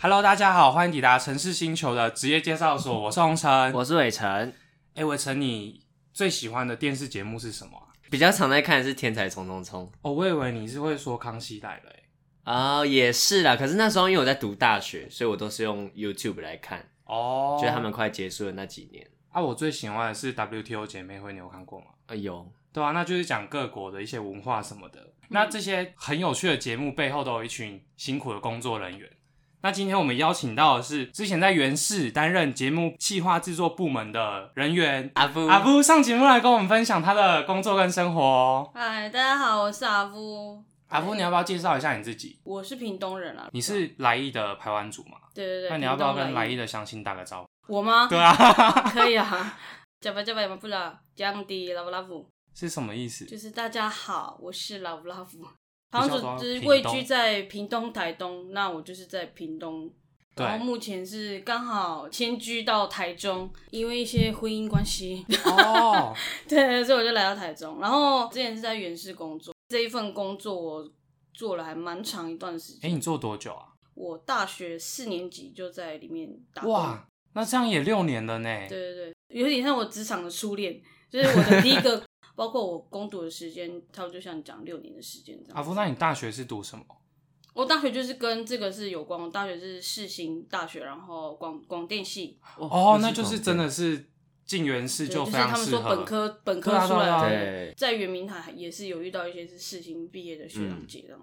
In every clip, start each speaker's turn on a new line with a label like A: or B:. A: Hello，大家好，欢迎抵达城市星球的职业介绍 所，我是洪晨。哎、
B: 我是伟成，
A: 伟成，你最喜欢的电视节目是什么啊、
B: 比较常在看的是《天才冲冲冲
A: 哦，我以为你是会说《康熙来了、欸》。》
B: 啊，也是啦。可是那时候因为我在读大学，所以我都是用 YouTube 来看，
A: 哦
B: 就是他们快结束的那几年。
A: 啊，我最喜欢的是 WTO 姐妹会，你有看过吗？
B: 哎呦，
A: 对啊，那就是讲各国的一些文化什么的。
B: 嗯
A: 那这些很有趣的节目背后都有一群辛苦的工作人员。那今天我们邀请到的是之前在原视担任节目企划制作部门的人员
B: 阿布
A: 阿布上节目来跟我们分享他的工作跟生活哦。
C: 嗨，大家好，我是阿夫，
A: 阿布，你要不要介绍一下你自己？
C: 我是屏东人啊。
A: 你是来意的排湾族嘛？
C: 对对对，
A: 那你要不要跟
C: 屏东
A: 来
C: 来
A: 意
C: 意
A: 的乡亲打个招呼？
C: 我吗？
A: 对啊，
C: 可以啊。加吧加吧，也不啦，讲的拉布拉夫，
A: 是什么意思？
C: 就是大家好，我是拉布拉夫。
A: 比
C: 好
A: 较
C: 像
A: 多
C: 就
A: 到
C: 就是
A: 屏
C: 位
A: 东
C: 居在屏东、台东，那我就是在屏东，然后
A: 对，
C: 目前是刚好迁居到台中，因为一些婚姻关系，
A: 哦，
C: 对，所以我就来到台中。然后之前是在原市工作，这一份工作我做了还蛮长一段时
A: 哎，
C: 间。
A: 你做多久啊？
C: 我大学四年级就在里面打工，
A: 哇，那这样也六年了呢。
C: 对对对，有点像我职场的初恋，就是我的第 一个，包括我攻读的时间，差不多就像你讲六年的时间这
A: 阿
C: 样子。
A: 福，那你大学是读什么？
C: 我大学就是跟这个是有关，我大学是世新大学，然后广广电系，
A: 哦，那就是真的是进园式
C: 对，就是
A: 非
C: 他
A: 常
C: 们
A: 适
C: 说
A: 合。
C: 本科本科
A: 对啊
C: 出来
A: 对啊
C: 的，
B: 对
C: 在圆明台也是有遇到一些是世新毕业的学
A: 嗯
C: 长姐这样。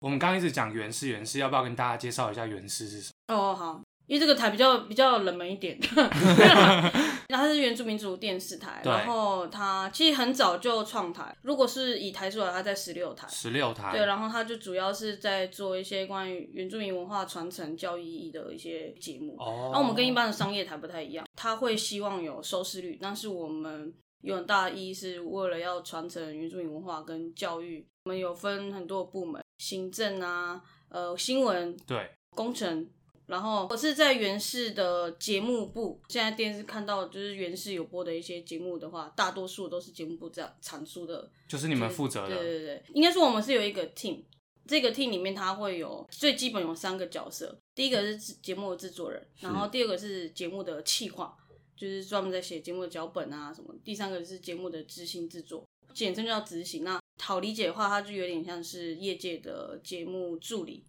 A: 我们刚刚一直讲园式，园式要不要跟大家介绍一下园式是什么？
C: 哦，好，因为这个台比较比较冷门 一点，然后它是原住民族电视台，
A: 对
C: 然后它其实很早就创台，如果是以台数来，它在十六台。
A: 十六台。
C: 对，然后它就主要是在做一些关于原住民文化传承、教育意义的一些节目。
A: 哦，
C: 那、我们跟一般的商业台不太一样，它会希望有收视率，但是我们有很大的意义是为了要传承原住民文化跟教育。我们有分很多部门，行政啊，呃，新闻、
A: 对
C: 工程。然后我是在原视的节目部，现在电视看到就是原视有播的一些节目的话，大多数都是节目部在阐述的。
A: 就是你们负责
C: 对
A: 的。
C: 对对，应该说我们是有一个 team，这个 team 里面它会有最基本有三个角色，第一个是制节目的制作人，然后第二个是节目的企划，就是专门在写节目的脚本啊什么，第三个是节目的执行制作，简称叫执行。那好理解的话，它就有点像是业界的节目助理。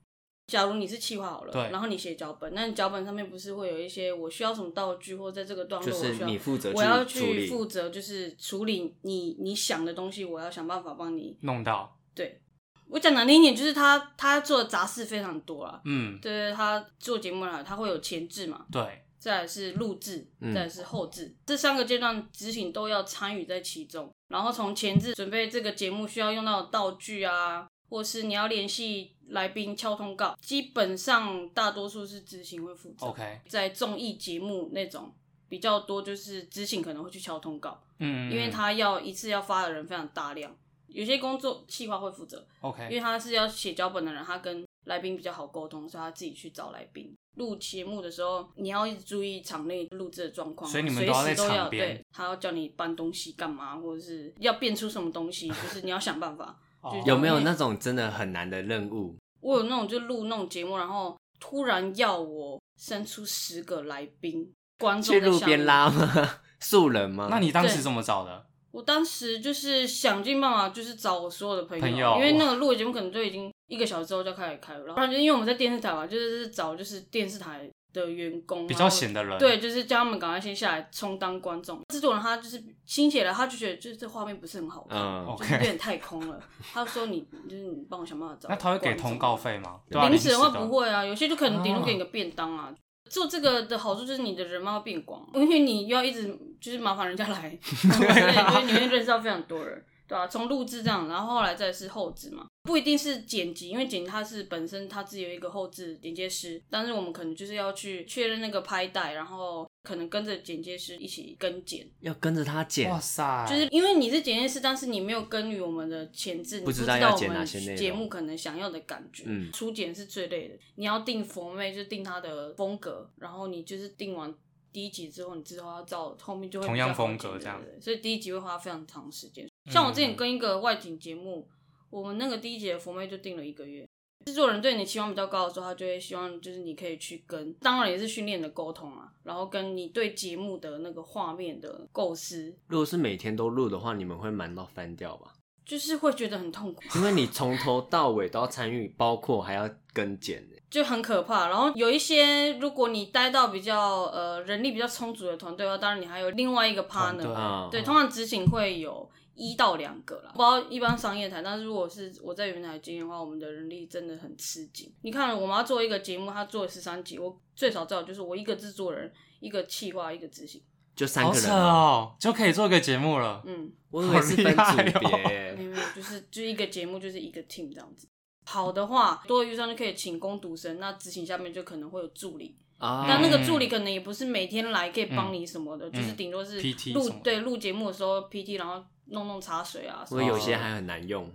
C: 假如你是企划好了，
A: 对
C: 然后你写脚本，那你脚本上面不是会有一些我需要什么道具，或者在这个段落
B: 就
C: 我需要
B: 是你负责
C: 我要
B: 去处
C: 去
B: 理。
C: 负责就是处理你你想的东西，我要想办法帮你。
A: 弄到，
C: 对我讲难听一点，就是他他做的杂事非常多啊。
A: 嗯，
C: 对，他做节目啦，他会有前置嘛，
A: 对，
C: 再来是录制，
B: 嗯
C: 再来是后置，这三个阶段执行都要参与在其中。然后从前置准备这个节目需要用到的道具啊，或是你要联系来宾敲通告，基本上大多数是执行会负责。
A: OK
C: 在综艺节目那种比较多，就是执行可能会去敲通告，
A: 嗯，
C: 因为他要一次要发的人非常大量，有些工作企划会负责，因
A: OK，
C: 为他是要写脚本的人，他跟来宾比较好沟通，所以他自己去找来宾。录节目的时候，你要一直注意场内录制的状况，啊
A: 所以你们
C: 随
A: 都要在
C: 时都
A: 场
C: 要
A: 边
C: 对，他要叫你搬东西干嘛，或者是要变出什么东西，就是你要想办法。
A: 哦
B: 有没有那种真的很难的任务？
C: 我有那种就录那种节目，然后突然要我生出十个来宾，观众
B: 去
C: 在
B: 路
C: 下面
B: 边拉吗？ 素人吗？
A: 那你当时
C: 对
A: 怎么找的？
C: 我当时就是想尽办法，就是找我所有的朋友，啊
A: 朋友
C: 因为那个录的节目可能就已经一个小时之后就开始开了，然后不然就因为我们在电视台嘛，就是找就是电视台的员工
A: 比较闲。的人，
C: 然后对，，就是叫他们赶快先下来充当观众。制作人他就是心血来，他就觉得就是这画面不是很好看，
B: 嗯
C: 就
A: OK
C: 是有点太空了。他说你就是你帮我想办法 找。
A: 那他会给通告？费吗？对啊
C: 临时的话不
A: 的
C: 会啊，有些就可能顶多
A: 啊
C: 给你个便当啊。做这个的好处就是你的人脉会变广，啊因为你又要一直就是麻烦人 家来，对，因为你会认识到非常多人，对啊，从录制这样，然后后来再是后置嘛，不一定是剪辑，因为剪辑它是本身它自己有一个后置剪接师，但是我们可能就是要去确认那个拍带，然后可能跟着剪接师一起跟剪，
B: 要跟着他剪
A: 哇塞，
C: 就是因为你是剪接师，但是你没有跟于我们的前置，你
B: 不知
C: 知
B: 道
C: 道
B: 要
C: 我
B: 剪哪
C: 们
B: 些内容
C: 节目可能想要的感觉。
B: 嗯
C: 初剪是最累的，你要定 format 就定它的风格，然后你就是定完第一集之后，你之后要照后面就会
A: 同
C: 比较
A: 样
C: 好
A: 风格
C: 剪
A: 这样
C: 对对对所以第一集会花非常
B: 嗯
C: 长时间。像我之前跟一个外景节目，我们那个第一集的 format 就定了一个月，制作人对你期望比较高的时候，他就会希望就是你可以去跟，当然也是训练的沟通啊，然后跟你对节目的那个画面的构思，
B: 如果是每天都录的话，你们会忙到翻掉吧？
C: 就是会觉得很痛苦，
B: 因为你从头到尾都要参与，包括还要跟剪耶
C: 就很可怕。然后有一些，如果你待到比较呃人力比较充足的团队的话，当然你还有另外一个
A: 团
C: partner，
A: 队
B: 啊。
C: 对，通常执行会有一到两个啦，不知道一般商业台，但是如果是我在原台经验的话，我们的人力真的很吃紧。你看，我们要做一个节目，他做了十三集，我最少最少就是我一个制作人、一个企划、一个执行，
B: 就三
A: 好
B: 个人
A: 扯
B: 啊。
A: 哦，就可以做一个节目了。
C: 嗯，
B: 我以为是分
A: 好厉
B: 组
A: 害哦
B: 别耶
C: 没。有没有，就是就一个节目就是一个 team 这样子。好的话，多的预算就可以请工读生，那执行下面就可能会有助理，
B: 啊，
C: 但那个助理可能也不是每天来可以帮你什么的，就是顶多是
A: PT
C: 录
A: 什么的
C: 对录节目的时候 PT，然后弄弄茶水啊什
B: 我
C: 么
B: 以
C: 的。
B: 为有些还很难用，
A: 哦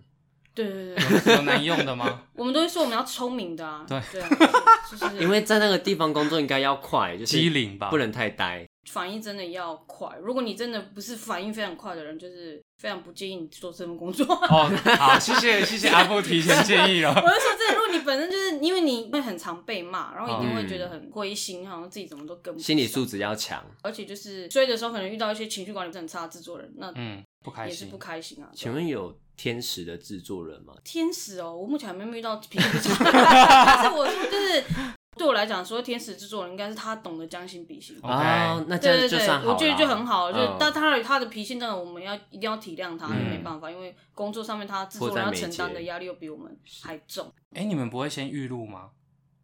C: 对对 对对。
A: 有难用的吗？
C: 我们都会说我们要聪明的啊，
A: 对
C: 啊，就是
B: 因为在那个地方工作应该要快，就是
A: 机灵吧，
B: 不能太呆。
C: 反应真的要快。如果你真的不是反应非常快的人，就是非常不建议你做这份工作。 我
A: 哦，好，谢谢谢谢阿布提前建议了。
C: 是说真的，如果你本身就是因为你会很常被骂，然后一定会觉得很灰心，好像自己怎么都跟不上
B: 心理素质要强，
C: 而且就是追的时候可能遇到一些情绪管理很差的制作人，那
A: 嗯，不开
C: 也是
A: 心
C: 不。开心啊。
B: 请问有天使的制作人吗？
C: 天使哦，我目前还没有遇到脾气差， 但是我说就是。对我来讲，说天使制作人应该是他懂得将心比心，
A: OK
B: 啊，那这
C: 对
B: 样
C: 对
B: 就
C: 对
B: 算，好
C: 我觉得
B: 啦
C: 就很好，就是
B: 嗯
C: 但他有他的脾性，但我们要一定要体谅他，
A: 嗯
C: 没办法，因为工作上面他制作人要承担的压力又比我们还重。
A: 哎、你们不会先预录吗？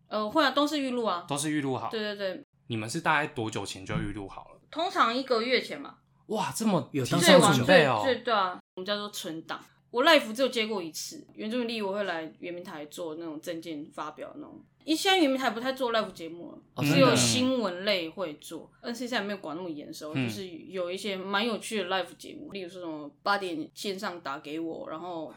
C: 呃，会啊，都是预录啊，
A: 都是预录好。
C: 对对对，
A: 你们是大概多久前就预录好了？
C: 通常一个月前嘛，
A: 哇，这么
B: 有
A: 提
B: 当
C: 最
A: 前
B: 上
C: 晚
A: 准
B: 手
A: 备
C: 最
A: 哦、
C: 最对啊，我们叫做存档。我 life 只有接过一次，原住民力我会来圆明台做那种证件发表那种。一现在圆明台不太做 live 节目了，
B: 哦
C: 只
B: 真的
A: 啊
C: 有新闻类会做。NC 现在没有管那么严收，
A: 嗯
C: 就是有一些蛮有趣的 live 节目，例如说什么八点线上打给我，然后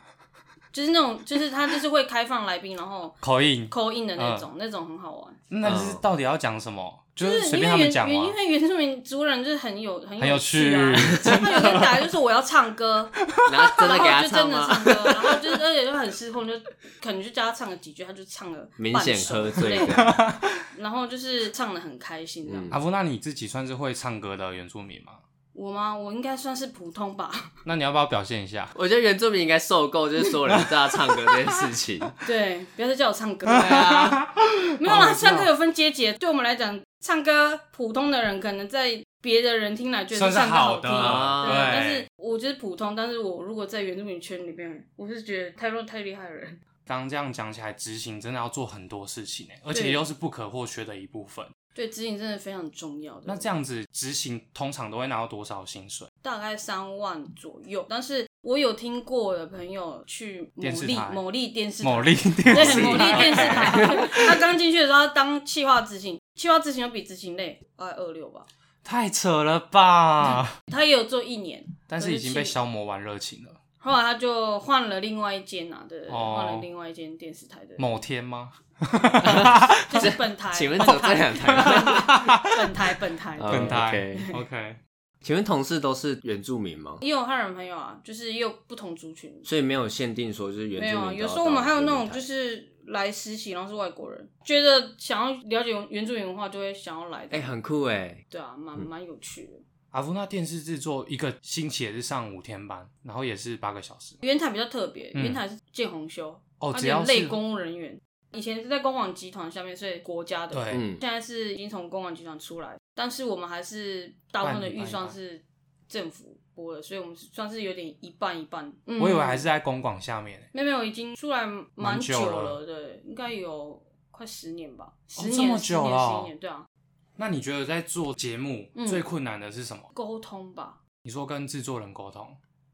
C: 就是那种就是他就是会开放来宾，然后
A: 口音，
C: 扣印的那种，那种很好玩。
A: 那就是到底要讲什么？嗯就
C: 就是
A: 随便
C: 因为
A: 他们
C: 原
A: 讲
C: 原
A: 吗
C: 因？为原住民族人就是很有很
A: 很有
C: 趣啊，
A: 趣
C: 他们有些打就是我要唱歌，
B: 然后 真的
C: 然
B: 给他
C: 后就
B: 唱
C: 真的
B: 吗？
C: 唱歌，然后就是而且就很失控，就可能就叫他唱个几句，他就唱了
B: 明显喝醉
C: 半首之类
B: 的，
C: 的，然后就是唱的很开心这样。
B: 嗯
A: 阿夫，那你自己算是会唱歌的原住民吗？
C: 我吗？我应该算是普通吧。
A: 那你要不要表现一下？
B: 我觉得原住民应该受够，就是所有人都知道唱歌这件事 情。
C: 对，不要再叫我唱歌
B: 对
C: 了。
B: 啊，
C: 没有啦，
A: 我知道
C: 唱歌有分阶级，对我们来讲，唱歌普通的人可能在别的人听来觉得
A: 算是
C: 唱歌
A: 好的，
C: 听，
B: 啊
C: 对，但是
A: 对。
C: 我就是普通，但是我如果在原住民圈里面，我是觉得太弱太厉害的人。
A: 刚这样讲起来，执行真的要做很多事情呢，欸而
C: 对
A: 且又是不可或缺的一部分。
C: 对，指引真的非常重要的。
A: 那这样子，执行通常都会拿到多少薪水？
C: 大概三万左右，但是我有听过我的朋友去某
A: 电视
C: 立
A: 台
C: 某立电视台，
A: 某力
C: 对
A: 电视
C: 某立
A: 台
C: 电视台，他刚进去的时候他当企划执行，企划执行又比执行累，大概二六吧，
A: 太扯了 吧！
C: 他也有做一年，
A: 但是已经被
C: 可是
A: 消磨完热情了。
C: 后来他就换了另外一间啊，对，对对
A: 哦
C: 换了另外一间电视台的，
A: 某天吗？
C: 就是本 台，
B: 请问
C: 本
B: 只有这
C: 台
B: 两台吗？
C: 本台本台，
B: 哦
A: 本台
B: OK
A: OK，
B: 请问同事都是原住民吗？
C: 也有汉人朋友啊，就是也有不同族群，
B: 所以没有限定说就是原
C: 没
B: 住
C: 有啊，
B: 民都要到原舞台。
C: 有时候我们还有那种就是来实习，然后是外国人，觉得想要了解原住民文化，就会想要来的。
B: 哎、很酷哎，
C: 对啊，
A: 嗯
C: 蛮蛮有趣的。
A: 阿福那电视制作一个星期也是上五天班，然后也是八个小时。
C: 原台比较特别，
A: 嗯
C: 原台是见红修，
A: 哦，
C: 而
A: 只
C: 且
A: 要
C: 类
A: 是
C: 啊公务人员。以前是在公网集团下面，所以国家的，
A: 对
B: 嗯
C: 现，在是已经从公网集团出来，但是我们还是大部分的预算是政府拨的，所以我们算是有点一半一半。嗯、
A: 我以为还是在公广下面欸，
C: 没有没有，已经出来蛮
A: 蛮久
C: 了，
A: 了
C: 对，应该有快十年吧，
A: 哦
C: 十
A: 这
C: 年、
A: 么
C: 十
A: 久
C: 年、
A: 了哦
C: 十一年，对啊，
A: 那你觉得在做节目
C: 嗯
A: 最困难的是什么？
C: 沟通吧，
A: 你说跟制作人沟通，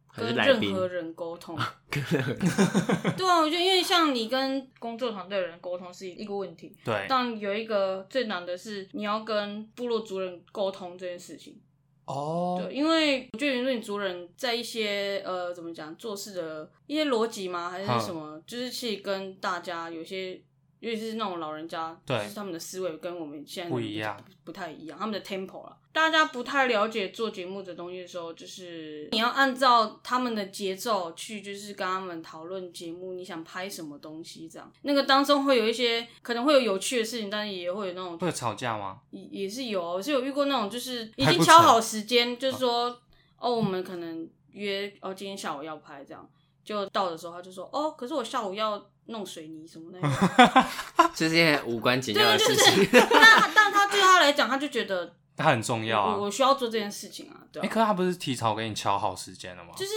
B: 还是
C: 跟
B: 来
C: 任
B: 宾啊
C: 何人沟通。
B: 跟任何人
C: 对啊，我觉得因为像你跟工作团队的人沟通是一个问题，
A: 对，
C: 但有一个最难的是你要跟部落族人沟通这件事情。
A: 哦，
C: 对，因为我觉得原住民族人在一些呃怎么讲做事的一些逻辑吗，还
A: 嗯
C: 是什么，就是去跟大家有些，尤其是那种老人家，
A: 对
C: 就是他们的思维跟我们现在的
A: 不一样
C: 不，不太一样，他们的 tempo 啦，大家不太了解做节目的东西的时候，就是你要按照他们的节奏去，就是跟他们讨论节目你想拍什么东西这样。那个当中会有一些可能会有有趣的事情，但是也会有那种
A: 会有吵架吗？
C: 也也是有哦，我是有遇过那种，就是已
A: 拍
C: 经
A: 不
C: 敲
A: 成
C: 好时间，就是说哦，我们可能约哦，今天下午要拍这样，就到的时候他就说哦，可是我下午要弄水泥什么那种，
B: 这些无关紧要
C: 对，
B: 的
C: 就
B: 事
C: 是
B: 情。
C: 但但他对他来讲，他就觉得
A: 它很重要
C: 我
A: 啊。
C: 我需要做这件事情啊，对
A: 哎、
C: 啊
A: 可是他不是提早给你敲好时间了吗？
C: 就是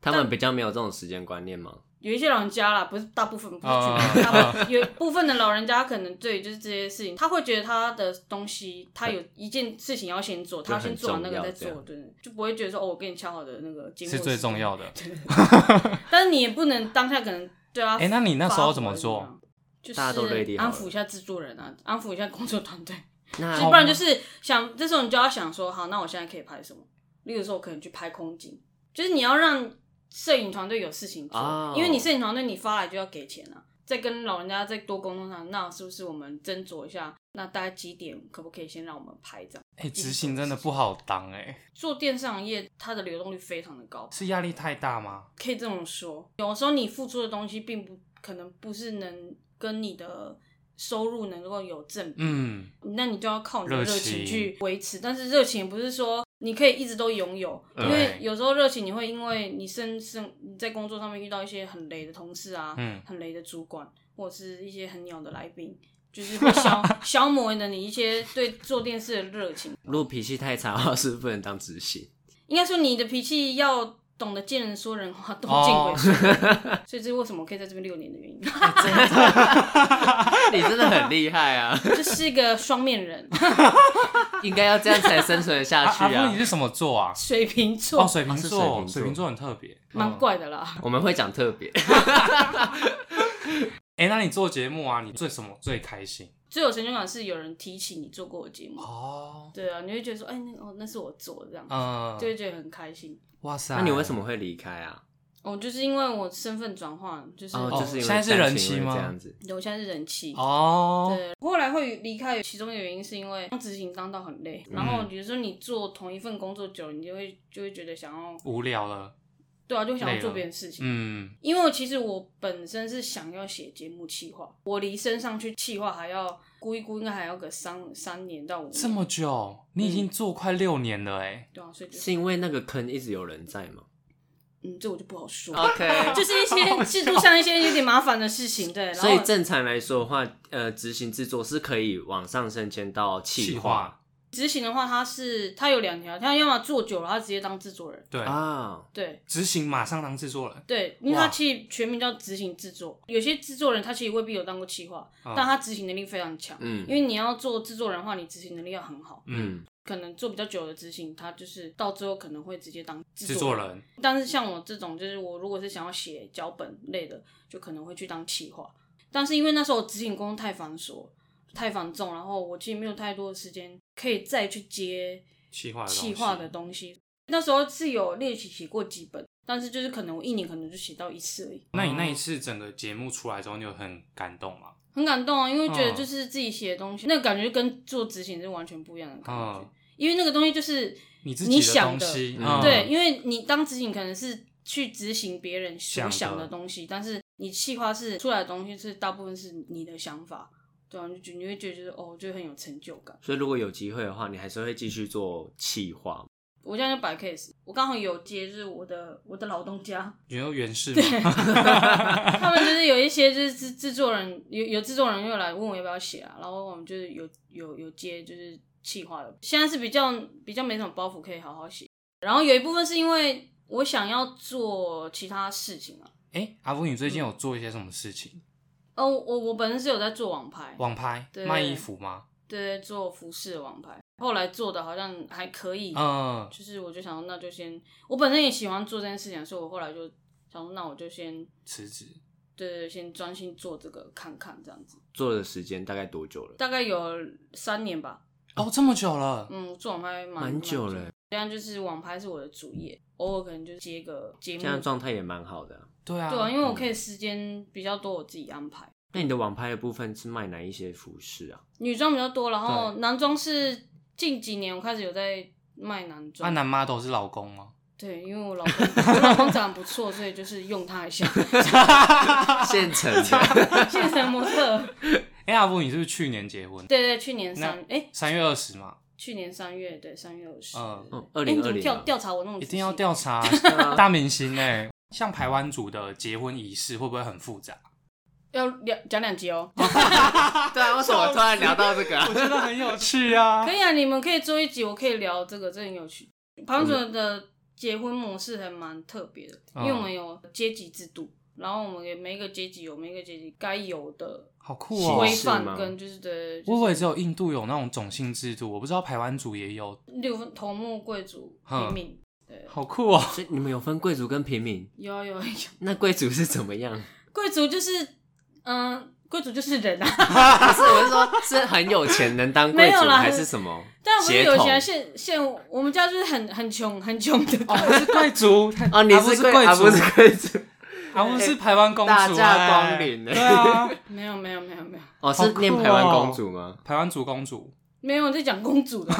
B: 他们比较没有这种时间观念吗？
C: 有一些老人家啦，不是大部分，不是
A: 哦
C: 全部，大部有部分的老人家可能对就是这些事情，他会觉得他的东西，他有一件事情要先做，
B: 就
C: 他
B: 很
C: 先做完那
B: 重
C: 个
B: 要
C: 再做
B: 这，样
C: 对，就不会觉得说哦，我跟你敲好的那个节目
A: 是最重要的
C: 时间。对 但是你也不能当下可能对啊。
A: 哎、那你那时
C: 发
A: 候
C: 火
A: 怎么
C: 还是
A: 做
C: 怎样？就是
B: 大家都 ready 好
C: 安
B: 了
C: 抚一下制作人啊，安抚一下工作团队，
B: 那
C: 就不然就是想，这时候你就要想说，好，那我现在可以拍什么？例如说，我可能去拍空景，就是你要让摄影团队有事情做，
B: 哦
C: 因为你摄影团队你发来就要给钱啊。再跟老人家再多沟通上，那是不是我们斟酌一下？那大概几点可不可以先让我们拍这样？
A: 哎、执行真的不好当哎、
C: 做电商业，它的流动率非常的高，
A: 是压力太大吗？
C: 可以这么说。有时候你付出的东西，并不可能不是能跟你的收入能够有正比。
A: 嗯，
C: 那你就要靠你的热
A: 热
C: 情
A: 情
C: 去维持。但是热情也不是说你可以一直都拥有，因为
A: 对
C: 有时候热情你会因为你生生你在工作上面遇到一些很雷的同事啊，
A: 嗯
C: 很雷的主管，或者是一些很鸟的来宾。就是 会消消磨了你一些对做电视的热情，
B: 如果脾气太差的话，是不是不能当执行？
C: 应该说你的脾气要懂得见人说人话， 懂见鬼说鬼
A: 哦
C: 话， 所以这是为什么我可以在这边六年的原因，
B: 你真的很厉害啊，
C: 这是一个双面人，
B: 应该要这样才生存得
A: 阿
B: 下去
A: 阿布，
B: 啊
A: 你。是什么座啊？
C: 水瓶座嗯
A: 哦，水哦瓶
B: 啊是水
A: 座，
B: 瓶座
A: 水瓶座很特别，
C: 蛮怪的啦。
B: 我们会讲特别，
A: 哎、那你做节目啊，你最什么最开心？
C: 最有成就感是有人提起你做过的节目，
A: 哦，
C: 对啊，你会觉得说，哎、那个哦，那是我做的这样，
A: 嗯、
C: 就会觉得很开心。
A: 哇塞，
B: 那你为什么会离开啊？
C: 哦，就是因为我身份转换，就是、
B: 哦，就是因为
A: 现在是人妻
B: 担心会
A: 吗
B: 这样子，
C: 留下是人气。
A: 哦，
C: 对，后来会离开，其中的原因是因为当执行当到很累，然后
A: 嗯
C: 比如说你做同一份工作久了，你就会就会觉得想要，
A: 无聊了，
C: 对啊，就会想
A: 累
C: 要
A: 了
C: 做别的事情。
A: 嗯，
C: 因为其实我本身是想要写节目企划，我离升上去企划还要估一估，应该还要个三三年到五年。
A: 这么久，你
C: 嗯
A: 已经做快六年了哎、
C: 对啊，所以就是
B: 因为那个坑一直有人在吗
C: 嗯，这我就不好说。
B: 哦？OK，
C: 就是一些制度上一些有点麻烦的事情，对。然后
B: 所以正常来说的话，呃，执行制作是可以往上升迁到企
A: 企划
C: 执行的话，它是它有两条，它要么做久了，它直接当制作人，
A: 对，
B: 啊，
C: 对
A: 执行马上当制作人，
C: 对，因为它
A: 哇
C: 其实全名叫执行制作。有些制作人他其实未必有当过企划，
A: 嗯
C: 但他执行能力非常强。
B: 嗯
C: 因为你要做制作人的话，你执行能力要很好。
B: 嗯，
C: 可能做比较久的执行，他就是到最后可能会直接当制
A: 制作
C: 人。
A: 人，
C: 但是像我这种，就是我如果是想要写脚本类的，就可能会去当企划。但是因为那时候执行工太繁琐、太繁重，然后我其实没有太多的时间可以再去接
A: 企划的东西
C: 企划的东西。那时候是有练习写过几本，但是就是可能我一年可能就写到一次而已，
A: 那你那一次整个节目出来之后，你有很感动吗？
C: 很感动啊，因为觉得
A: 嗯
C: 就是自己写的东西，那个感觉就跟做执行是完全不一样的感觉，
A: 嗯
C: 因为那个东西就是
A: 你自
C: 你
A: 己
C: 想
A: 东西，
B: 的
A: 嗯
C: 对，，因为你当执行可能是去执行别人所
A: 想
C: 想
A: 的
C: 的东西，但是你企划是出来的东西是大部分是你的想法，对啊，你就觉你会觉得就是哦，就很有成就感。
B: 所以如果有机会的话，你还是会继续做企划。
C: 我现在就摆 case，我刚好有接就是我的我的老东家，
A: 你有原始吗？
C: 他们就是有一些就是制制作人有有制作人又来问我要不要写啊，然后我们就是有有有接就是企划的，现在是比较比较没什么包袱可以好好写，然后有一部分是因为我想要做其他事情啊，
A: 哎、阿福，你最近有做一些什么事情？
C: 哦，我我本身是有在做网拍，
A: 网拍
C: 嗯对
A: 卖衣服吗？
C: 对，做服饰的网拍，后来做的好像还可以，
A: 嗯，
C: 就是我就想说那就先，我本身也喜欢做这件事情，所以我后来就想说那我就先，
A: 辞职。
C: 对对，对先专心做这个看看这样子，
B: 做的时间大概多久了？
C: 大概有三年吧，
A: 哦，这么久了，
C: 嗯，我做网拍蛮
B: 蛮久了，
C: 这样就是网拍是我的主业，偶尔可能就接个节目
B: 现，在状态也蛮好的啊、
A: 对啊，
C: 对啊，因为我可以时间比较多，我自己安排。
B: 那你的网拍的部分是卖哪一些服饰啊？
C: 女装比较多，然后男装是近几年我开始有在卖男
A: 啊那、
C: 装，
A: 男 model 是老公吗？
C: 对，因为我老公我老公长得不错，所以就是用他一下，
B: 现成的，
C: 现成模特。
A: 哎、阿布，你是不是去年结婚？
C: 对对，去年三哎、
A: 三月二十嘛，
C: 去年三月对，三月二十。
A: 嗯
B: 嗯
C: 哎你怎么
B: 2020
C: 调
B: 啊
C: 调查我那么
A: 一
C: 仔细
A: 定要调查
B: 啊
A: 大明星哎、像台湾组的结婚仪式会不会很复杂？
C: 要两讲两集哦。
B: 对啊，为什么突然聊到这个啊？
A: 我觉得很有趣啊
C: 可。以啊，你们可以做一集，我可以聊这个，这很有趣。旁者的结婚模式还蛮特别的，因
A: 嗯
C: 为我们有阶级制度，然后我们也每一个阶级有每一个阶级该有的
A: 好酷哦！
C: 规
B: 形式
C: 范
B: 吗
C: 跟就是的，
A: 我以
C: 就
A: 为
C: 是
A: 只有印度有那种种姓制度，我不知道台湾组也有，
C: 六分头目贵族
A: 嗯
C: 平民，
A: 好酷哦！
B: 所以你们有分贵族跟平民，
C: 有啊有啊有啊，
B: 那贵族是怎么样？
C: 贵族就是嗯，贵族就是人啊，
B: 不是，我是说，是很有钱能当
C: 没
B: 贵
C: 有
B: 族
C: 啦
B: 还是什么？
C: 但不是
B: 血
C: 有
B: 统
C: 钱啊，现现我们家就是很很穷很穷的，
A: 哦，我是贵族
B: 哦，你
A: 阿布是
B: 贵，啊，
A: 族
B: 不，是贵族，
A: 阿布是台湾公主，
B: 大驾
A: 哎
B: 光临哎
A: 对啊，
C: 没有没有没有没有
A: 好
B: 哦，是
A: 酷
B: 念台湾
A: 哦
B: 公主吗？
A: 台湾族公主，
C: 没有我在讲公 主的，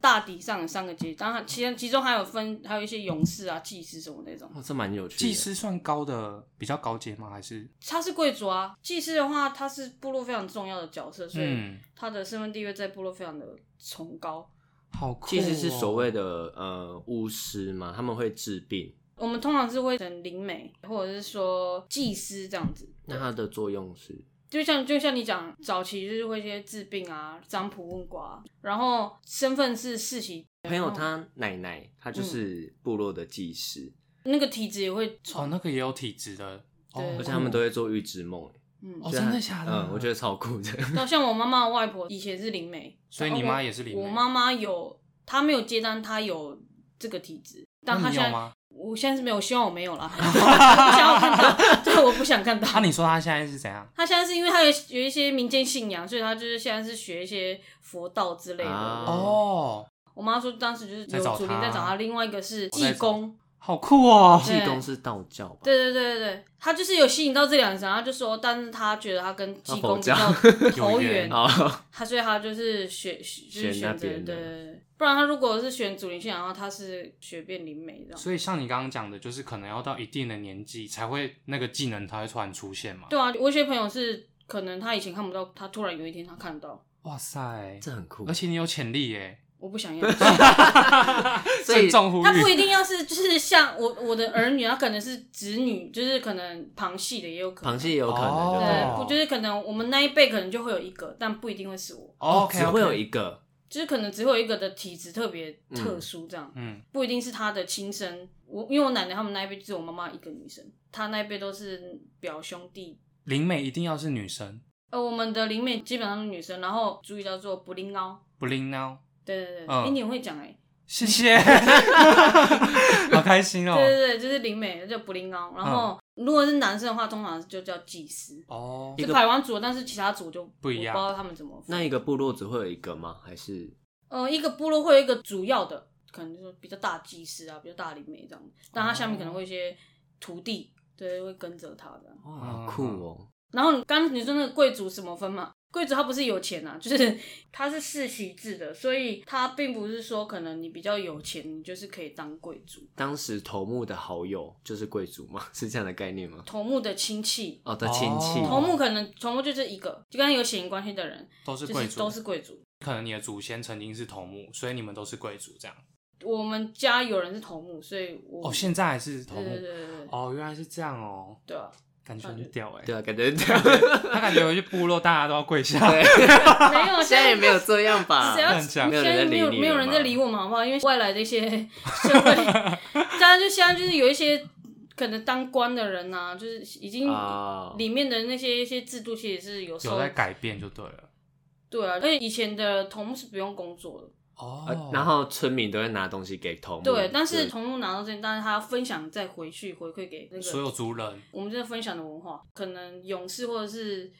C: 大体上有三个阶级，当然其其中还有分还有一些勇士啊、祭司什么那种，
B: 哦，这蛮有趣的。
A: 祭司算高的，比较高阶吗？还是
C: 他是贵族啊，祭司的话他是部落非常重要的角色，所以
A: 嗯，
C: 他的身份地位在部落非常的崇高。
A: 好酷、哦。
B: 祭司是所谓的呃巫师嘛，他们会治病。
C: 我们通常是会选灵媒，或者是说祭司这样子。
B: 那它的作用是，
C: 就像就像你讲，早期就是会一些治病啊、占卜问卦啊，然后身份是世袭，
B: 朋友他奶奶，她就是部落的祭司，
C: 那个体质也会
A: 哦，
C: 传。
A: 那个也有体质的，哦
C: 对，
B: 而且他们都会做预知梦。
C: 嗯，
A: 哦，
B: 所以
A: 真
B: 她
A: 的假的？
B: 嗯，我觉得超酷的。
C: 那像我妈妈、我外婆以前是灵媒，
A: 所以你
C: 然后
A: 妈也是灵媒
C: 哦我妈妈有，她没有接单，她有这个体质，但
A: 那
C: 她
A: 你
C: 现
A: 有
C: 在
A: 吗？
C: 我现在是没有，希望我 没有啦，我不想要看到，对，我不想看到。
A: 那、啊你说他现在是怎样？
C: 他现在是因为他有有一些民间信仰，所以他就是现在是学一些佛道之类的。
B: 啊
A: 哦，
C: 我妈说当时就是
A: 在找
C: 有主灵
A: 他
C: 在找他，另外一个是
A: 我在
C: 济
A: 找
C: 公。
A: 好酷哦！
B: 济公是道教吧？
C: 对对对对对，他就是有吸引到这两个人，他就说，但是他觉得他跟济公比较
B: 他
C: 投
A: 有
C: 缘
A: 缘，
B: 哦，
C: 他所以他就是选就
B: 选那
C: 是选择对
B: 边的
C: 对，对不然他如果是选主灵信仰的话，他是学变灵媒这样。
A: 所以像你刚刚讲的，就是可能要到一定的年纪才会那个技能才会突然出现嘛。
C: 对啊，我有一些朋友是可能他以前看不到，他突然有一天他看到，
A: 哇塞，
B: 这很酷
A: 而。且你有潜力耶！
C: 我不想要。
B: 所以
A: 慎重呼
C: 他不
A: 吁，
C: 一定要是就是像我我的儿女，他可能是子女，就是可能旁系的也有可能。
B: 螃蟹也有可能，
A: 哦
B: 对不
C: 对，
B: 对
C: 不就是可能我们那一辈可能就会有一个，但不一定会是我，
A: 哦，
B: 只会有一个。
C: 就是可能只会有一个的体质特别特殊，这样、
A: 嗯，
C: 不一定是他的亲生。我因为我奶奶他们那一辈只有我妈妈一个女生，她那一辈都是表兄弟。
A: 灵媒一定要是女生，
C: 呃，我们的灵妹基本上是女生，然后主语叫做不灵猫。
A: 不灵 now。
C: 对对对，哎、
A: 嗯
B: 啊
C: 你很会讲哎、
A: 谢 谢，好开心
B: 啊
A: 哦！
C: 对对对，就是灵美叫不灵猫。然后、如果是男生的话，通常就叫祭司。
A: 哦，
C: 是台湾族，但是其他族就
A: 不一样
C: 我不知道他们怎么分。
B: 那一个部落只会有一个吗？还是
C: 呃，一个部落会有一个主要的，可能就是比较大的祭司啊，比较大的灵媒这样，但他下面可能会有一些徒弟，对，会跟着他这样。
B: 哇，好酷哦！
C: 然后你刚你说那个贵族怎么分嘛？贵族他不是有钱啊，就是他是世袭制的，所以他并不是说可能你比较有钱，你就是可以当贵族。
B: 当时头目的好友就是贵族吗？ 是这样的概念吗？
C: 头目的亲戚，
B: 哦，的亲戚，
A: 哦
C: 头目可能头目就是一个，就跟他有血缘关系的人，
A: 都是
C: 就
A: 贵
C: 是
A: 族，
C: 都是贵族。
A: 可能你的祖先曾经是头目，所以你们都是贵族这样。
C: 我们家有人是头目，所以我
A: 哦，现在还是头
C: 嗯对
A: 目
C: 对对对对
A: 哦，原来是这样哦，
C: 对啊，
A: 感觉很屌哎、
B: 对啊，感觉
A: 他感觉回去部落大家都要跪下。
C: 没有
B: 现在也没有这样吧？啊
C: 谁要
A: 乱讲
B: 没有
C: 现在
B: 人在
C: 没
B: 理
C: 有
B: 你
C: 没有
B: 了
C: 人
B: 吗
C: 在理我们好不好？因为外来的一些社会，大家就现在就是有一些可能当官的人呐、就是已经
B: 啊
C: 里面的那些一些制度其实是有
A: 有
C: 受
A: 在改变就对了。
C: 对啊，而且以前的同幕是不用工作的，
A: 哦
B: 然后村民都会拿东西给头目，
C: 对，但是同幕拿到这些，但是他要分享再回去回馈给那个
A: 所有族人
C: 我们这分享的文化，可能勇士或者是。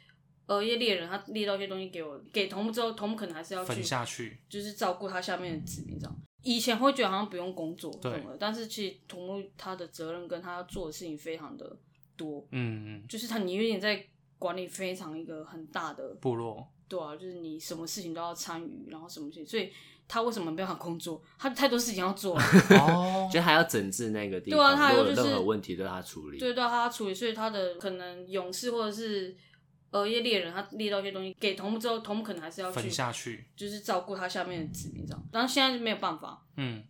C: 呃，一些猎人他猎到一些东西给我，给同幕之后，同幕可能还是要去
A: 分下去，
C: 就是照顾他下面的子民这样。以前会觉得好像不用工作什
A: 对
C: 么的，但是其实土木他的责任跟他要做的事情非常的多，
A: 嗯，
C: 就是他你有点在管理非常一个很大的
A: 部落
C: 对啊，就是你什么事情都要参与，然后什么事情，所以他为什么没办法工作？他太多事情要做了，
A: 哦，
B: 就还要整治那个地
C: 对啊
B: 方，
C: 他还
B: 如
C: 有
B: 果有
C: 就是
B: 任何问题都要他处理。
C: 对，到他处理，所以他的可能勇士或者是呃一些猎人，他猎到一些东西给头目之后，头目可能还是要去
A: 分下去，
C: 就是照顾他下面的子民这样。然后现在就没有办法，
A: 嗯，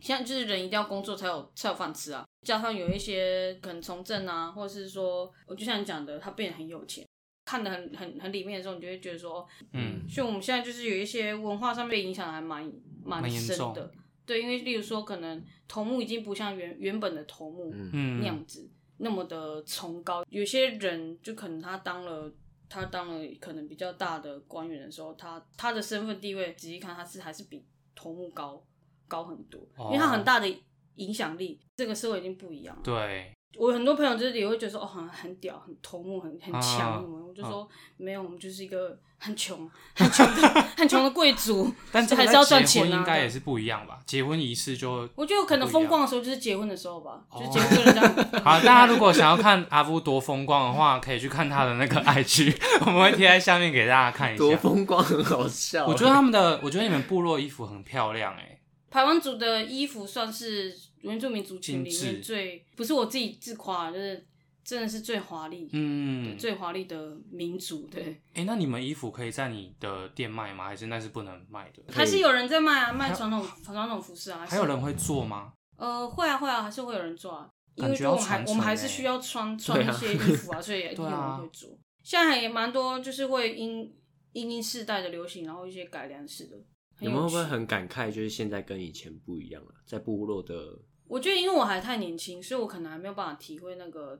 C: 现在就是人一定要工作才有才有饭吃啊，加上有一些可能从政啊，或者是说，我就像你讲的，他变得很有钱。看得很很很里面的时候，你就会觉得说，哦
A: 嗯，
C: 像我们现在就是有一些文化上面影响还蛮蛮
A: 蛮严
C: 深
A: 重
C: 的，对，因为例如说可能头目已经不像原原本的头目，
B: 嗯
A: 嗯
C: 那样子那么的崇高。有些人就可能他当了他当了可能比较大的官员的时候，他他的身份地位，仔细看他是还是比头目高高很多，因为他
A: 哦
C: 很大的影响力，这个社会已经不一样了。
A: 对，
C: 我很多朋友就是也会觉得说，哦，很很屌，很头目，很很强
A: 啊
C: 什么的。我就说没有，我们就是一个很穷、 很穷的、很穷的贵族，
A: 但这
C: 就
A: 个
C: 还是
A: 在
C: 要赚
A: 结婚
C: 钱啊。
A: 应该
C: 对
A: 也是不一样吧？结婚仪式就
C: 我觉得有可能
A: 不一
C: 风
A: 样
C: 光的时候就是结婚的时候吧，
A: 哦
C: 就结婚人家。
A: 好，大家如果想要看阿夫多风光的话，可以去看他的那个 IG，我 们会贴在下面给大家
C: 嗯
A: 看一
B: 多
A: 下。
B: 风光，很好笑。啊
A: 我觉得他们的，我觉得你们部落衣服很漂亮哎、
C: 台湾族的衣服算是原住民族群里
A: 精
C: 面
A: 致
C: 最，不是我自己自夸，啊就是真的是最华丽、
A: 嗯，
C: 最华丽的民族。对，
A: 哎、那你们衣服可以在你的店卖吗？还是那是不能卖的？
C: 还是有人在卖啊，卖传统传统服饰啊。
A: 还有人会做吗？
C: 呃，会啊会啊，还是会有人做啊，因
A: 感
C: 为
A: 觉
C: 就我
A: 要
C: 们还
A: 传
C: 我们
A: 承
C: 还是
A: 欸
C: 需要穿穿
B: 对
C: 一
B: 啊
C: 些衣服 啊，所以一定
A: 对
C: 有人
A: 啊
C: 会做。现在也蛮多，就是会因因应世代的流行，然后一些改良式的。很
B: 你们会不会
C: 趣
B: 很感慨？就是现在跟以前不一样了，在部落的
C: 我觉得因为我还太年轻，所以我可能还没有办法体会那个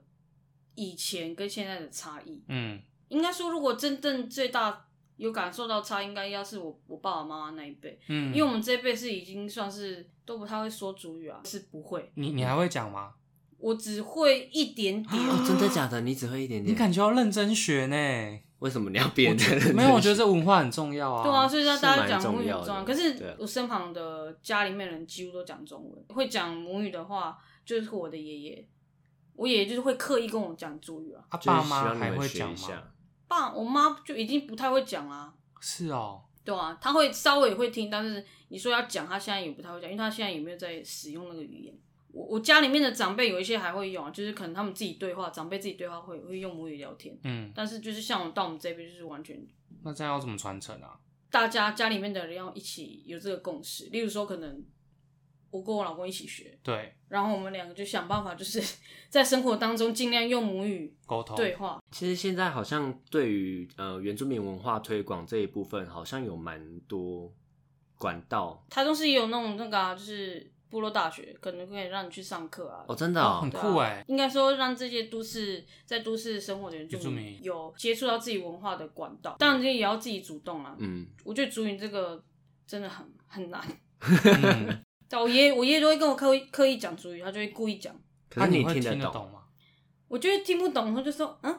C: 以前跟现在的差异。
A: 嗯，
C: 应该说，如果真正最大有感受到差，应该要是我我爸爸妈妈那一辈，
A: 嗯，
C: 因为我们这一辈是已经算是都不太会说主语啊，是不会，
A: 你你还会讲吗？
C: 我只会一点点。
B: 哦，真的假的？你只会一点
A: 你
B: 点，
A: 感觉要认真学 呢。
B: 为什么你要变成
A: 没有，我 觉得这文化很重要啊。
C: 对啊，所以让
B: 是
C: 大家
B: 蛮
C: 讲
B: 重
C: 母语
B: 要
C: 很重要。
B: 的
C: 可
B: 对啊
C: 是我身旁的家里面人几乎都讲中文，会讲母语的话就是我的爷爷，我爷爷就是会刻意跟我讲主语啊。
A: 啊，
B: 就是
A: 爸
B: 希
A: 妈
B: 望你
A: 还
B: 们
A: 会
B: 学
A: 讲
B: 一
A: 吗？
B: 下？
C: 爸，我妈就已经不太会讲啦、
A: 是哦，
C: 对啊，他会稍微也会听，但是你说要讲，他现在也不太会讲，因为他现在也没有在使用那个语言。我我家里面的长辈有一些还会用啊，就是可能他们自己对话，长辈自己对话会会用母语聊天，
A: 嗯，
C: 但是就是像我到我们这边就是完全
A: 那这样要怎么传承啊？
C: 大家家里面的人要一起有这个共识，例如说可能我跟我老公一起学，
A: 对，
C: 然后我们两个就想办法，就是在生活当中尽量用母语
A: 沟
B: 哦
A: 通。
C: 对，话，
B: 其实现在好像对于呃原住民文化推广这一部分，好像有蛮多管道
C: 台中市也有那种那个、啊、就是部落大学，可能可以让你去上课啊，
B: 哦，真的
A: 哦
B: 哦
A: 很，酷 哎。
C: 应该说让这些都市在都市生活的原住
A: 原住
C: 民
A: 民
C: 有接触到自己文化的管道，当然这也要自己主动啊。
B: 嗯，
C: 我觉得主语这个真的很很难。
A: 嗯，
C: 但我爷爷我爷爷都会跟我刻意刻意讲主语，他就会故意讲，
B: 可
A: 那
B: 是
A: 你会
B: 听
A: 听得
B: 懂，
A: 吗？
C: 我就会听不懂，他就说嗯，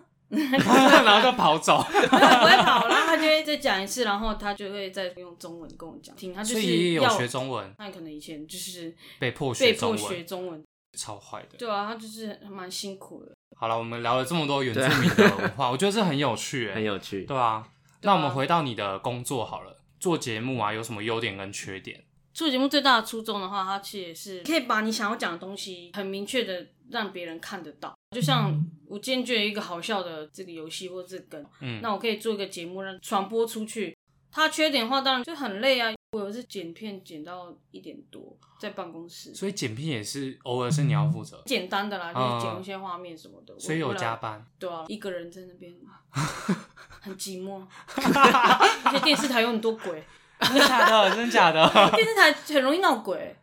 A: 然后就跑 走。
C: 不会跑，然后他就会再讲一次，然后他就会再用中文跟我讲，听他就
A: 所以也
C: 是
A: 有
C: 要
A: 学中文，
C: 他可能以前就是
A: 被迫
C: 被
A: 学
C: 迫
A: 中
C: 学
A: 文，
C: 中文，
A: 超坏的。
C: 对啊，他就是蛮辛苦的。
A: 好了，我们聊了这么多原住民的文化，我觉得这很有趣，
B: 很，有趣。
A: 对啊。那我们回到你的工作好了，做节目啊，有什么优点跟缺点？
C: 做节目最大的初衷的话，它其实是可以把你想要讲的东西很明确的让别人看得到。就像我今天觉得一个好笑的这个游戏或这个梗，
A: 嗯，
C: 那我可以做一个节目让传播出去。它缺点的话，当然就很累啊。我有是剪片剪到一点多，在办公室，
A: 所以剪片也是偶尔是你要负责，
C: 简单的啦，
A: 嗯
C: 就是剪一些画面什么的。
A: 所以
C: 我
A: 有
C: 后来
A: 加 班。
C: 对啊，一个人在那边 很寂寞，啊而且电视台有很多 鬼，
A: 真的假的？真的假的？
C: 电视台很容易闹鬼、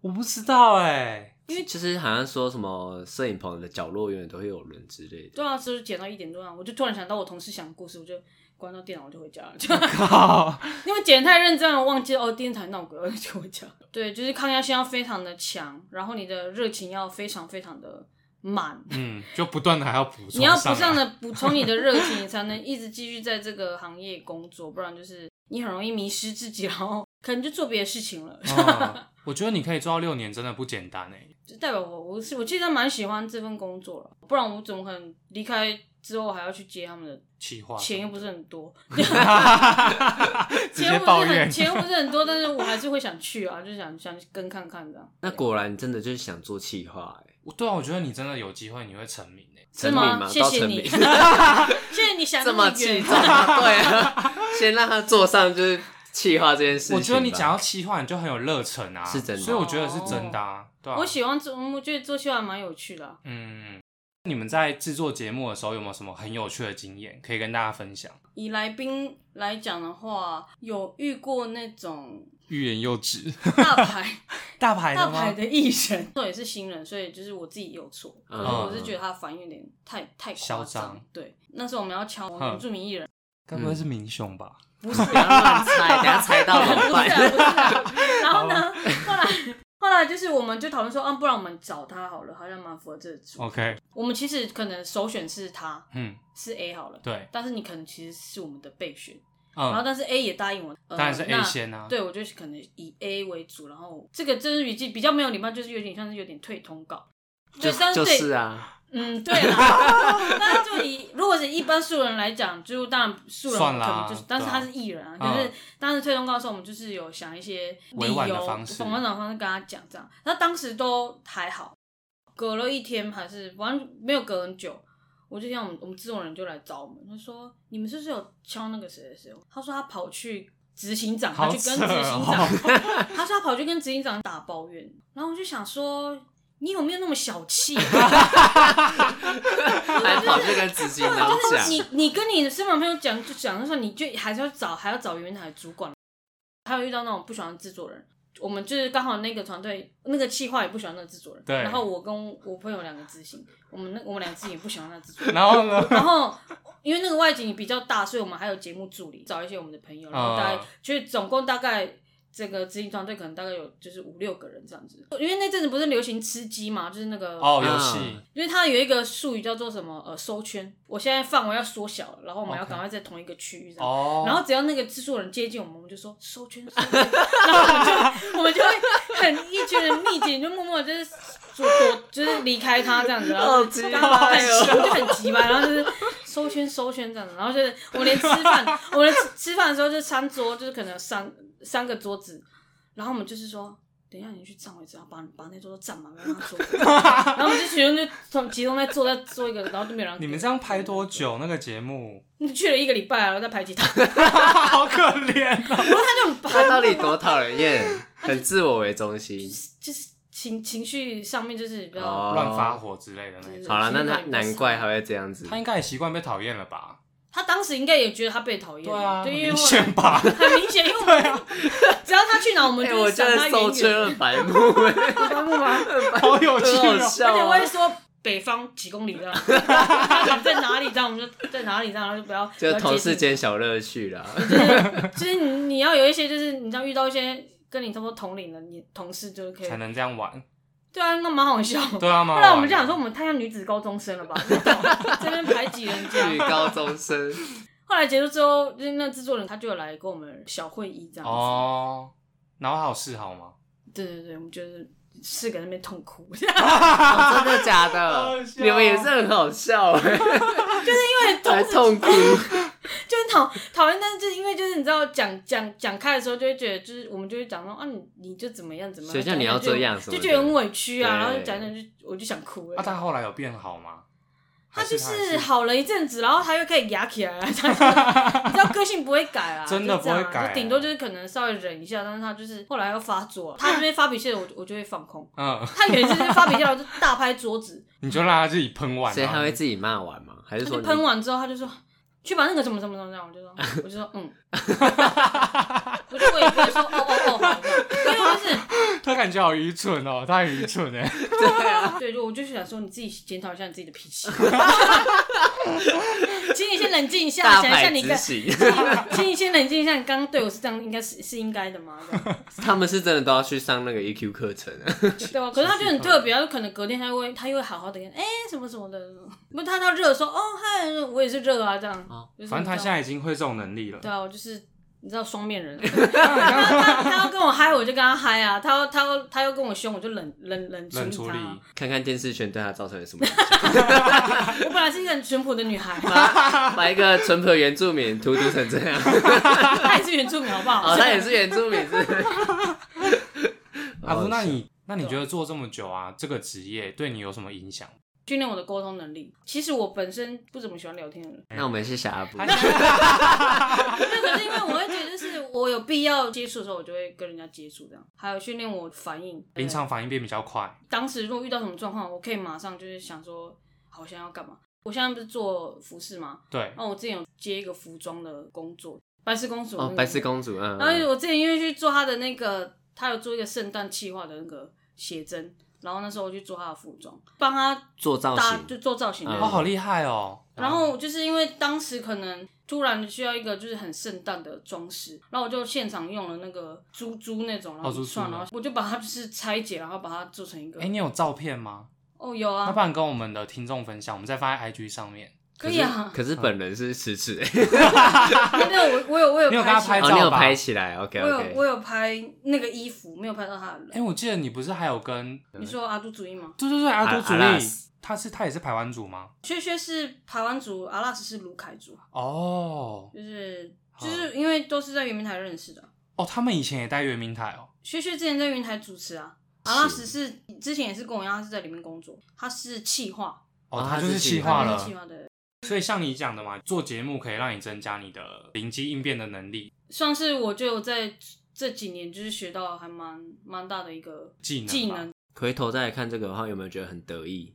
A: 我不知道哎。
B: 其实好像说什么摄影棚的角落永远都会有人之类的，
C: 对啊，就是剪到一点多啊，我就突然想到我同事讲的故事，我就关到电脑，我就 回家了， 就
A: 靠！
C: 因为剪得太认真了，我忘记了哦，电视台闹鬼，我就回家。对，就是抗压性要非常的强，然后你的热情要非常非常的满，
A: 嗯，就不断的还要补充。
C: 你要不断，的补充你的热情，你 才能一直继续在这个行业工作，不然就是你很容易迷失自己，然后可能就做别的事情了。
A: 嗯 我觉得你可以做到六年，真的不简单哎。
C: 就代表我，我是我其实蛮喜欢这份工作了，不然我怎么可能离开之后还要去接他们的，
A: 企划
C: 钱又不是很 多，
A: 直
C: 钱
A: 接
C: 又不
A: 抱
C: 是
A: 怨
C: 很，钱又不是很多，但是我还是 会想去啊，就想想跟看看这样。
B: 那果然真的就是想做企划、欸，
A: 我对啊，我觉得你真的有机会，你会成名欸诶。
C: 是
B: 成名
C: 吗？
B: 嘛，
C: 谢
B: 到
C: 谢
B: 成
C: 你，
B: 名
C: 谢。 谢你想那
B: 这么气
C: 远。
B: 躁，对啊，先让他坐上就是气化这件事情吧。
A: 我觉得你讲到企划，你就很有热忱啊，
B: 是真的
A: 所以我觉得是真的啊，对啊。
C: 我喜欢做，我觉得做秀还蛮有趣的啊、
A: 嗯，你们在制作节目的时候有没有什么很有趣的经验可以跟大家分享？
C: 以来宾来讲的话，有遇过那 种
A: 欲言又止，
C: 大牌
A: 大牌
C: 大
A: 的
C: 牌
A: 吗？
C: 的艺人，这也是新人，所以就是我自己有错，可是我是觉得他反应有点太太夸
A: 嗯嚣张。
C: 对，那时候我们要抢
A: 哼
C: 原 住民艺人，
A: 该不会是明雄吧？
C: 不是
B: 不要乱猜，等下猜到怎
C: 不
B: 么
C: 是啊，不
B: 办？
C: 是 啊。然后呢，后来后来就是我们就讨论说，啊，不然我们找他好了，好像蛮符合这个主题。
A: OK，
C: 我们其实可能首选是他，
A: 嗯，
C: 是 A 好了，
A: 对，
C: 但是你可能其实是我们的备选，然后
A: 嗯，
C: 但是 A 也答应我，呃
A: 当然是 A
C: 那
A: 先啊。
C: 对，我就是可能以 A 为主，然后这个这是语境比较没有礼貌，就是有点像是有点退通告。对， 但
B: 就
C: 对，
B: 是啊，
C: 嗯，对啦。但是就以如果是一般素人来讲，就当然素人
A: 算
C: 可
A: 啦
C: 能就是，但是
A: 对啊
C: 他是艺人啊。
A: 嗯
C: 可是当时退通告的时候，我们就是有想一些理
A: 委
C: 由，
A: 婉
C: 委
A: 的
C: 婉
A: 方式
C: 的方式跟他讲这样。那当时都还好，隔了一天还是完没有隔很久。我就像我们我们制作人就来找我们，他说你们是不是有敲那个谁谁谁？他说他跑去执行长，他
A: 好
C: 去跟执
A: 扯
C: 行
A: 哦
C: 长，他说他跑去跟执行长打抱怨，然后我就想说你有没有那么小气、啊？
B: 还跑这个执行长
C: 就是
B: 讲，
C: 你你跟你的身旁朋友讲就讲的时候，你就还是要找还要找原台主管，还有遇到那种不喜欢的制作人。我们就是刚好那个团队那个企划也不喜欢那个制作人，
A: 对
C: 然后我跟我朋友两个执行，我们那我们两个执行也不喜欢那个制作人。
A: 然后呢？
C: 然后因为那个外景比较大，所以我们还有节目助理，找一些我们的朋友，然后大概、
A: 嗯
C: 就是总共大概这个执行团队可能大概有就是五六个人这样子。因为那阵子不是流行吃鸡嘛，就是那个
A: 哦，游戏
C: 因为它有一个术语叫做什么呃收圈，我现在范围要缩小了，然后我们要
A: OK
C: 赶快在同一个区域这样。
A: 哦，
C: 然后只要那个制作人接近我们，我们就说收圈，收圈然后我们就我 们就会很一群人密集，就默默地就是躲躲，就是离开他这样子，然后
B: 好
C: 就
B: 鸡
C: 很
B: 掰哦
C: 我们就很急吧，然后就是收圈收圈这样子，然后就是我们连吃饭， 我们连吃吃饭的时候就餐桌就是可能有三三个桌子，然后我们就是说。等一下，你去占位置，然后把把那桌都占满，不要让他坐。 然后我们就群人就从集中在坐在坐一个，然后就没有人。
A: 你们这样拍多？久那个节目？
C: 去了一个礼拜啊，然后再排挤他，
A: 好可怜哦。
C: 然后他就很
B: 他到底多讨人厌，很自我为中心。
C: 就是啊情情绪上面就是比较、
B: 哦
A: 乱发火之类的那一种，
B: 好了，那他
C: 情绪
B: 难怪他会这样子哎
A: 他。应该也习惯被讨厌了吧？
C: 他当时应该也觉得他被讨厌，
A: 对啊，
C: 因
A: 很
C: 为
A: 明
C: 后来
A: 显啊吧？
C: 很明显，因为我们、只要他去哪，我们
B: 哎，
C: 就
B: 我
C: 是
B: 觉
C: 闪他
B: 得
C: 远
B: 收
C: 远
B: 车很白目，哎
C: 的，白 目吗？
A: 好有 趣
B: 很好
A: 哦！
C: 而
B: 笑
C: 且我
B: 啊
C: 会。说北方几公里这样， 在哪里这样，我们就在哪里这样，然后就不要
B: 就同事，
C: 不要接
B: 间小乐趣啦，
C: 近 就是你你要有一些，就是你知道遇到一些跟你差不多同龄的你同事就可以
A: 才，能这样玩，对
C: 对啊，那蛮好笑。
A: 对啊吗？
C: 不然我们就想说，我们太像女子高中生了吧？这种 这边排挤人家，
B: 女高中生。
C: 后来结束之后，就是那制作人他就有来跟我们小会议这样子。
A: 哦，然后还有示好吗？
C: 对对对，我们就是四个人在那边痛哭， 因
B: 哦真的假 的
A: 好？笑
B: 你们也是很好笑哎，
C: 为 痛
B: 还痛 哭。
C: 就很讨讨厌，但是就是因为就是你知道讲讲讲开的时候，就会觉得就是我们就会讲说啊你你就怎么样怎么样，
B: 谁叫
C: 讲
B: 你要
C: 讲就
B: 这样什么
C: 就
B: 的
C: 觉得很委屈啊，
B: 对
C: 然后就讲讲就我就想哭了。
A: 啊，他后来有变好吗？
C: 他
A: 还
C: 就是
A: 是
C: 好了一阵子，然后他又开始压起来了， 他就是你知道个性不会改啊，
A: 真的
C: 就这样啊
A: 不会改啊
C: 就顶多就是可能稍微忍一下，但是他就是后来又发作了，他这边发脾气了，我就我就会放空。
A: 嗯，
C: 他有一次就是发脾气了，我就大拍桌子，
A: 你就让他自己喷完，啊
B: 所以
A: 然
B: 他
A: 后
B: 会自己骂完吗？还是
C: 他
B: 说
C: 就
B: 你
C: 喷完之后，他就说去把那个什么什么什么这样，我就 说我就说嗯，我就我也不会说哦哦哦好这样，因为就是
A: 他感觉好愚蠢哦，他很愚蠢 哎，
C: 对，就我就是想说你自己检讨一下你自己的脾气， 请你先冷静一下，
B: 大
C: 想一下
B: 牌
C: 你
B: 执
C: 刚，
B: 行？
C: 请你先冷静一下，你刚刚对我是这样，应该是是应该的吗？这样
B: 他们是真的都要去上那个 EQ 课程啊，
C: 对吧？可是他就很特别，他就可能隔天他会他又会好好的跟哎、什么什么的，不他他热说哦嗨，我也是热啊这样，就是
A: 反正他
C: 你知道
A: 现在已经会这种能力了，
C: 对啊，我就是你知道双面人，他他他要跟我嗨，我就跟他嗨啊；他要他要他要跟我凶，我就冷冷冷处
A: 冷
C: 理
A: 处
C: 他
A: 理
C: 啊。
B: 看看电视圈对他造成了什么 影响，
C: 我本来是一个很淳朴的女孩，
B: 把一个淳朴的原住民荼毒成这 样。
C: 她也是原住民，好不好？
B: 哦，他也是原住民，是不 是。
A: 阿福，
B: 哦
A: 那你那你觉得做这么久啊，这个职业对你有什么影 响？
C: 训练我的沟通能力。其实我本身不怎么喜欢聊天的人，
B: 那我们是小阿布哦
A: 他，现在
C: 那可是因为我会觉得，就是我有必要接触的时候，我就会跟人家接触，这样还有训练我反应。
A: 临场反应变比较快，
C: 当时如果遇到什么状况，我可以马上就是想说，好像要干嘛。我现在不是做服饰嘛，
A: 对，
C: 哦那我之前有接一个服装的工作，白雪公主那
B: 哦，
C: 个
B: 白痴公主，嗯，
C: 然后
B: 嗯
C: 我之前因为去做他的那个，他有做一个圣诞企划的那个写真，然后那时候我去做他的服装，帮他
B: 做造
C: 搭
B: 型，
C: 就做造型的。
B: 嗯
A: 哦，好厉害哦。
C: 然后就是因为当时可能突然需要一个就是很圣诞的装饰，然后我就现场用了那个珠珠那种，然
A: 哦
C: 后
A: 珠珠
C: 串，
A: 吗
C: 然后我就把它就是拆解，然后把它做成一个
A: 哎、。你有照片吗？
C: 哦，有
A: 那
C: 啊
A: 不，然跟我们的听众分享，我们再放在 IG 上面。
C: 可以啊。
B: 可是本人是迟迟，
C: 没有，我我有我有
A: 你有跟他
C: 拍起来
A: 拍
B: 哦，
A: 照
B: 你有
A: 吧
B: 拍起来，OK
C: 我有
B: OK，
C: 我有拍那个衣服，没有拍到他的
A: 哎、
C: 人。
A: 我记得你不是还有跟，
C: 你说阿杜主义吗？
A: 对对对，阿多主
B: 阿拉
A: 力
B: 斯，
A: 他是他也是台湾组吗？
C: 薛薛是台湾族，阿拉斯是卢凯族。啊
A: 哦
C: 就是
A: 好
C: 就是因为都是在圆明台认识的。
A: 哦，他们以前也待圆明台哦。
C: 薛薛之前在圆明台主持啊，阿拉什是之前也是跟我一样，他是在里面工作，他是企划，
A: 哦，
B: 哦
A: 他
B: 他
A: 就是是
B: 企
A: 气
B: 划
A: 化
C: 他
A: 了
C: 是。企划的，
A: 所以像你讲的嘛，做节目可以让你增加你的灵机应变的能力、
C: 算是我就有在这几年就是学到还蛮蛮大的一个
A: 技能吧。
C: 技能，
B: 回头再来看这个的话，有没有觉得很得意？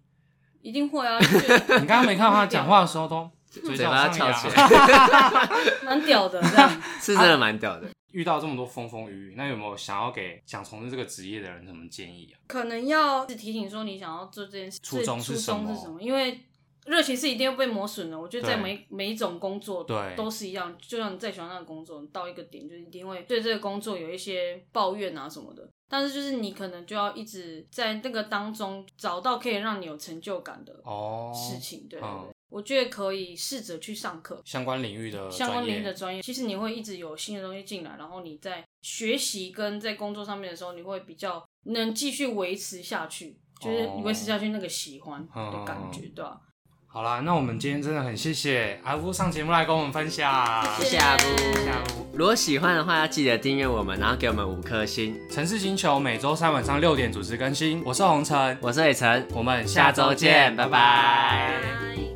C: 一定会啊，就觉得
A: 你刚刚没看到他讲话的时候 都嘴
C: 嗯
B: 嘴
A: 角
B: 巴
A: 上
B: 翘
A: 扬
B: 起。来，
C: 蛮屌的这样。
B: 是真的蛮屌的。
A: 遇到这么多风风雨雨，那有没有想要给想从事这个职业的人什么建议啊？
C: 可能要提醒说你想要做这件事，
A: 初衷
C: 初
A: 是
C: 衷
A: 什么
C: 是什么？因为热情是一定会被磨损的。我觉得在
A: 对
C: 每每一种工作
A: 对哦
C: 都是一样，就像你再喜欢那个工作，你到一个点就是一定会对这个工作有一些抱怨啊什么的。但是就是你可能就要一直在那个当中找到可以让你有成就感的
A: 哦，
C: 事情，对对对。
A: 嗯
C: 我觉得可以试着去上课，
A: 相关领域的
C: 相关
A: 呃专业
C: 领域的专业，其实你会一直有新的东西进来，然后你在学习跟在工作上面的时候，你会比较能继续维持下去，就是
A: 哦
C: 维持下去那个喜欢的感觉，
A: 嗯
C: 对吧、
A: 好啦，那我们今天真的很谢谢阿夫上节目来跟我们分享，
B: 谢谢阿布
A: 谢谢阿夫。
B: 如果喜欢的话，要记得订阅我们，然后给我们五颗星。
A: 城市星球每周三晚上六点准时更新，我是洪晨，
B: 我是伟成，
A: 我们
B: 下
A: 下
B: 周
A: 周
B: 见
A: 见，
B: 拜
A: 拜
B: 拜
A: 拜。
C: 拜。